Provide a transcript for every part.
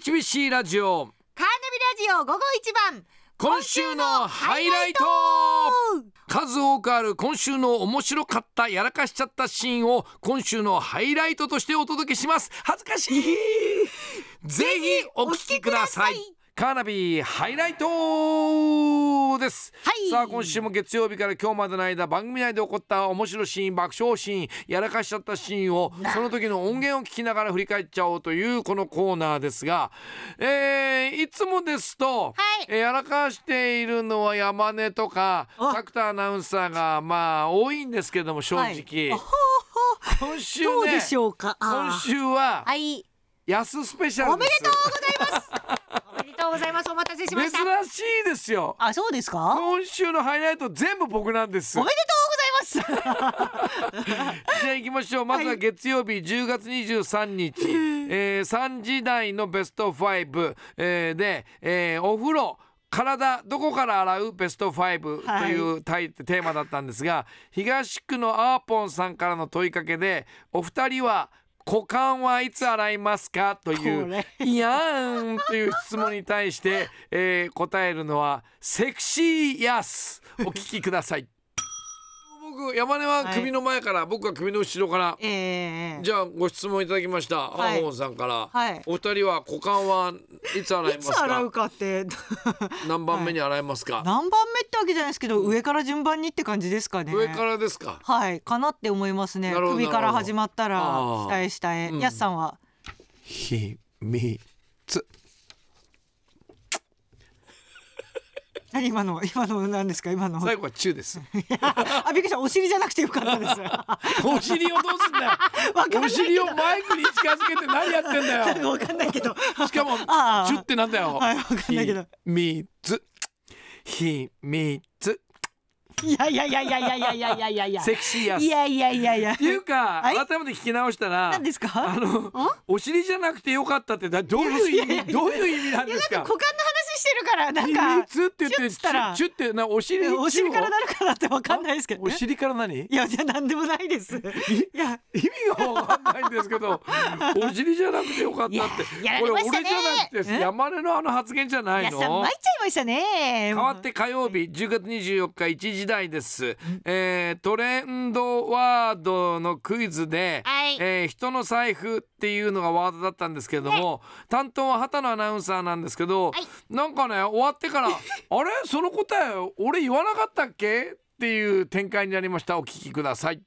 HBC ラジオカーナビラジオ午後一番今週のハイライト数多くある今週の面白かったやらかしちゃったシーンを今週のハイライトとしてお届けします恥ずか しいぜひお聞きくださいカーナビハイライトです、はいさあ今週も月曜日から今日までの間番組内で起こった面白いシーン爆笑シーンやらかしちゃったシーンをその時の音源を聞きながら振り返っちゃおうというこのコーナーですが、えーいつもですと、はいえーやらかしているのは山根とかあ角田アナウンサーがまあ多いんですけども正直、はいほう今週ねほうどうでしょうかあ今ー週ははい安スペシャおルでめですとうございます おめでとうございますお待たせしました珍しいですよあそうですかおめで今週のハイライト全部僕なんですとうございますじゃあ行きましょうまずは月曜日10月23日、えー3時台のベスト5、えーで、えーお風呂体どこから洗うベスト5というタイ、テーマだったんですが東区のアーポンさんからの問いかけでお二人は股間はいつ洗いますかといこうれ「いやーん」という質問に対して、えー答えるのは「セクシーヤス」お聞きください。僕山根は首の前から、僕は首の後ろから ええじゃあご質問いただきました、はいアーモンさんから、はいお二人は股間はいつ洗いいますつ洗うかかって何番目に洗いますか、何番目ってわけじゃないですけど上から順番にって感じですかね上からですかはいかなって思いますねなるほど首から始まったならるほどあー下へ下へ、うんやすさんは秘 密何今の今の何ですか今の最後は中ですあびっくりしたお尻じゃなくてよかったです お尻をどうすん だよわかんないけどお尻をマイクに近づけて何やってんだ よわかんないけどしかもああ中ってなんだよはいわかんないけど秘密秘密いやいやいやいやいやいやいやいやいやいやセクシーやいやいやいやいやっていうか、はい改めて聞き直したら何ですかあのお尻じゃなくてよかったってだどういう意味どういう意味なんですなんかか股間の話してるからなんか秘密って言ってチュッつったらチュッチュッってなお尻にお尻からチュッをなるからってわかんないですけどおね尻から何いやじゃあ何でもないですいや意味がわかんないんですけ どお尻じゃなくてよかったっていややらこれれま俺しじたゃねなくてうん山根のあの発言じゃないやのすさん参っちゃいましたね変わって火曜日10月24日1時台です、えートレンドワードのクイズで、はいえー人の財布っていうのがワードだったんですけれども、担当は畑野アナウンサーなんですけど、なんかね終わって からあれその答え俺言わなかったっけっていう展開になりましたお聞きください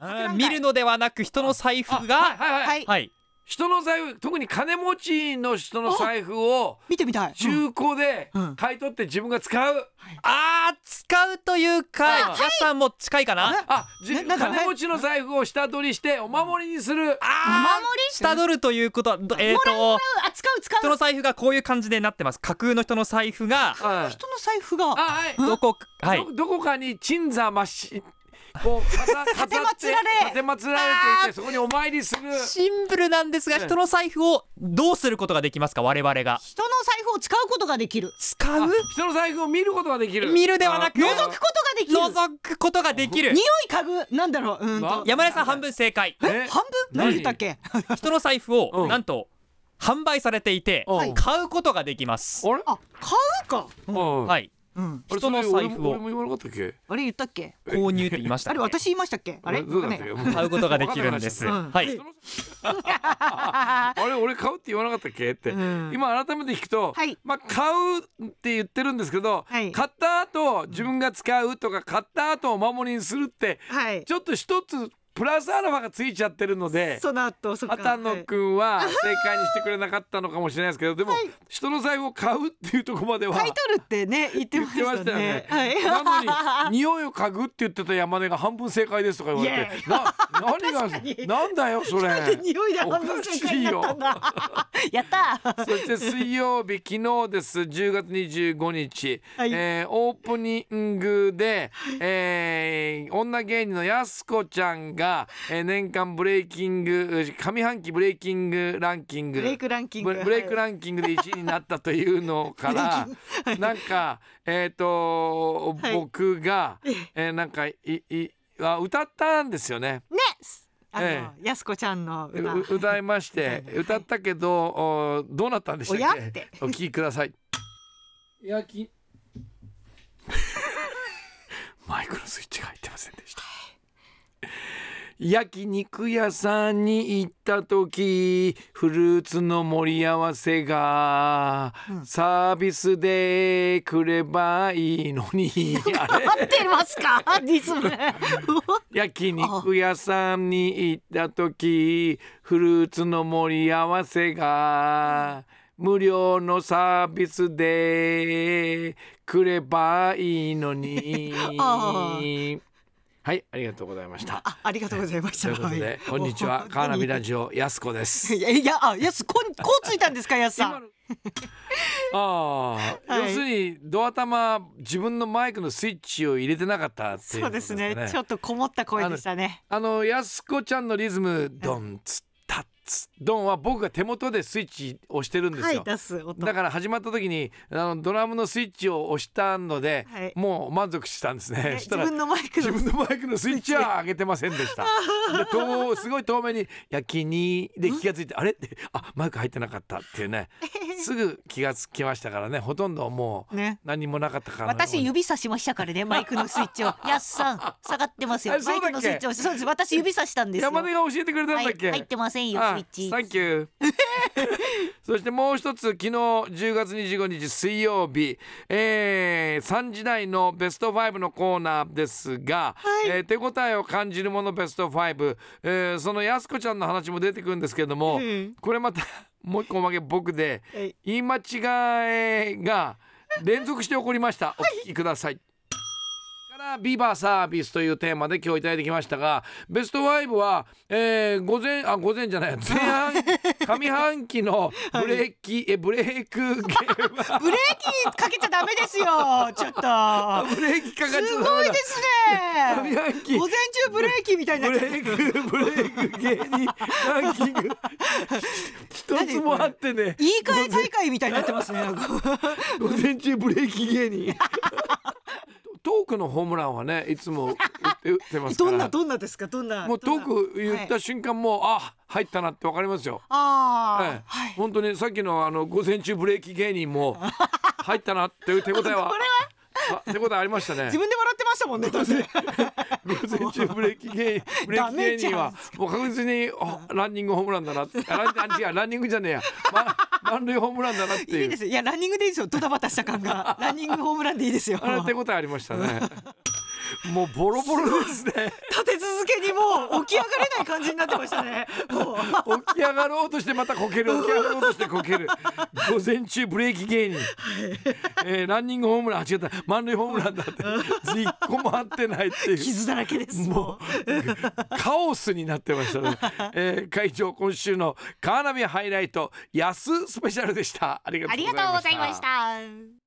あー見るのではなく人の財布はいがはいはい、はいはい人の財布特に金持ちの人の財布を見てみたい中古でうん買い取って自分が使う、あー使うというかあやすさんも近いかなあ、じななんだ金持ちの財布を下取りしてお守りにする。おあ守下取るということはどえっとりあ使う使う人の財布がこういう感じでなってます架空の人の財布がー、はい人の財布があ、はい。どこかはいどどこかに鎮座まし、こう飾飾っ て、立てまつられ立てまつられていてそこにお参りする。シンプルなんですがうん人の財布をどうすることができますか我々が人の財布を使うことができる使う人の財布を見ることができる。見るではなあく覗くことができる覗くことができる匂い嗅ぐなんだろううんなと山根さん半分正解え半分何何言ったっけ人の財布うをんなんと販売されていてはい買うことができますあれ？あ買うかうんはいうんあれ人のそれ財布俺もを俺も言わなかったっけ？あれ言ったっけ購入って言いましたあっけれ私言いましたっけあれどうだったっけわかんない買うことができるんです。わかなくなっちゃっはい。たあれ俺買うって言わなかったっけって。うん今改めて聞くと、はいまあ買うって言ってるんですけど、はい買った後自分が使うとか買った後お守りにするって はいちょっと一つプラスアルファがついちゃってるのでその後そっか畑野くんは正解にしてくれなかったのかもしれないですけどでも、はい人の財布を買うっていうところまでは買い取るってね言って言まってまししたたよねね。はいなの に匂いを嗅ぐって言ってた山根が半分正解ですとか言われイエてな何がになんだよそれ。なんで匂いで半分正解になったんだ やったそして水曜日昨日です10月25日、はいえーオープニングで、えー女芸人のやすこちゃんが、えー年間ブレイキング上半期ブレイキングランキングブレイクランキングブレブレイクランキングで1位になったというの からなんかえっ、と、はい僕が、えーなんかいいあ歌ったんですよね。ねあの、えやすこちゃんの歌。う歌いまして歌ったけど、おどうなったんでしたっおやってけお聞きくださいいやき マイクのスイッチが入ってませんでした焼肉屋さんに行った時フルーツの盛り合わせがうんサービスでくればいいのに あれ合ってますか リズ ム。焼肉屋さんに行った時フルーツの盛り合わせが無料のサービスでくればいいのに あはいありがとうございましたあありがとうございましとた。いうことでこんにちはカーナビラジオやすこですいやいやあやすこんこうついたんですかやすさ今ん。のああ、はい要するにドア玉自分のマイクのスイッチを入れてなかったっていうこそうとでですすかねね。ちょっとこもった声でしたね。あのやすこちゃんのリズムドンツタッツドンは僕が手元でスイッチを押してるんですはいよ、出す音。だから始まった時にあのドラムのスイッチを押したので、はいもう満足したんですねねそし自たら分のマイク自の分のマイクのスイッチは上げてませんでしたで遠すごい遠目に「焼きに」で気がついて「あれ?」 って「あマイク入ってなかった」っていうねすぐ気がつきましたからねほとんどもう ね。何もなかったから私指さしましたか らねマイクのスイッチをやすさん下がってますよあそマうイだっけクのスイッチをそうです私指さしたんですよ山根が教えてくれたんだっけ、はい、入ってませんよスイッチサンキュー そしてもう一つ昨日10月25日水曜日、えー、3時台のベスト5のコーナーですが、えー手応えを感じるものベスト5、えー、そのやすこちゃんの話も出てくるんですけれども、うんこれまた もう一個おまけ僕ではい言い間違えが連続して起こりましたお聞きくださいからビーバーサービスというテーマで今日いただいてきましたがベスト5は、えー午前あ午前じゃない前半上半期のブレーキ、えブレークゲームブレーキかけちゃダメ ですよちょっブとレーキかかっちゃすダごメいだです上 ね半期午前中ブレーキみたいにブなっレちゃったークブレーク芸人ランキング一つもあってね言い換え大会みたいになってます ねなんか午前中ブレーキ芸人トークのホームランはねいつも打って打ってますかどらんなどんなですかどんなもうトどんなーク言った瞬間もう、あ入ったなってわかりますよあえあえはい本当にさっきのあの午前中ブレーキ芸人 も入ったなっていう手応えはあ手応えありましたね自分で笑ってましたもんねだって午前中ブレーキ芸人ブレーキ芸人 ダはメもう確実にあランニングホームランだなってあランあ違うランニングじゃねえや、ま、満塁ホームランだなっていう いいですよいやランニングでいいですよドタバタした感が ランニングホームランでいいですよあれ手応えありましたねもうボロボロですね立て続けにもう起き上がれない感じになってましたね。 もう 起き上がろうとしてまたこける起き上がろうとしてこける午前中ブレーキ芸人、えーランニングホームランあ違った満塁ホームランだって一個も合ってないって いう傷だらけです。もうもカオスになってましたね、えー会長今週のカーナビハイライト安スペシャルでしたありうがとうございましたた。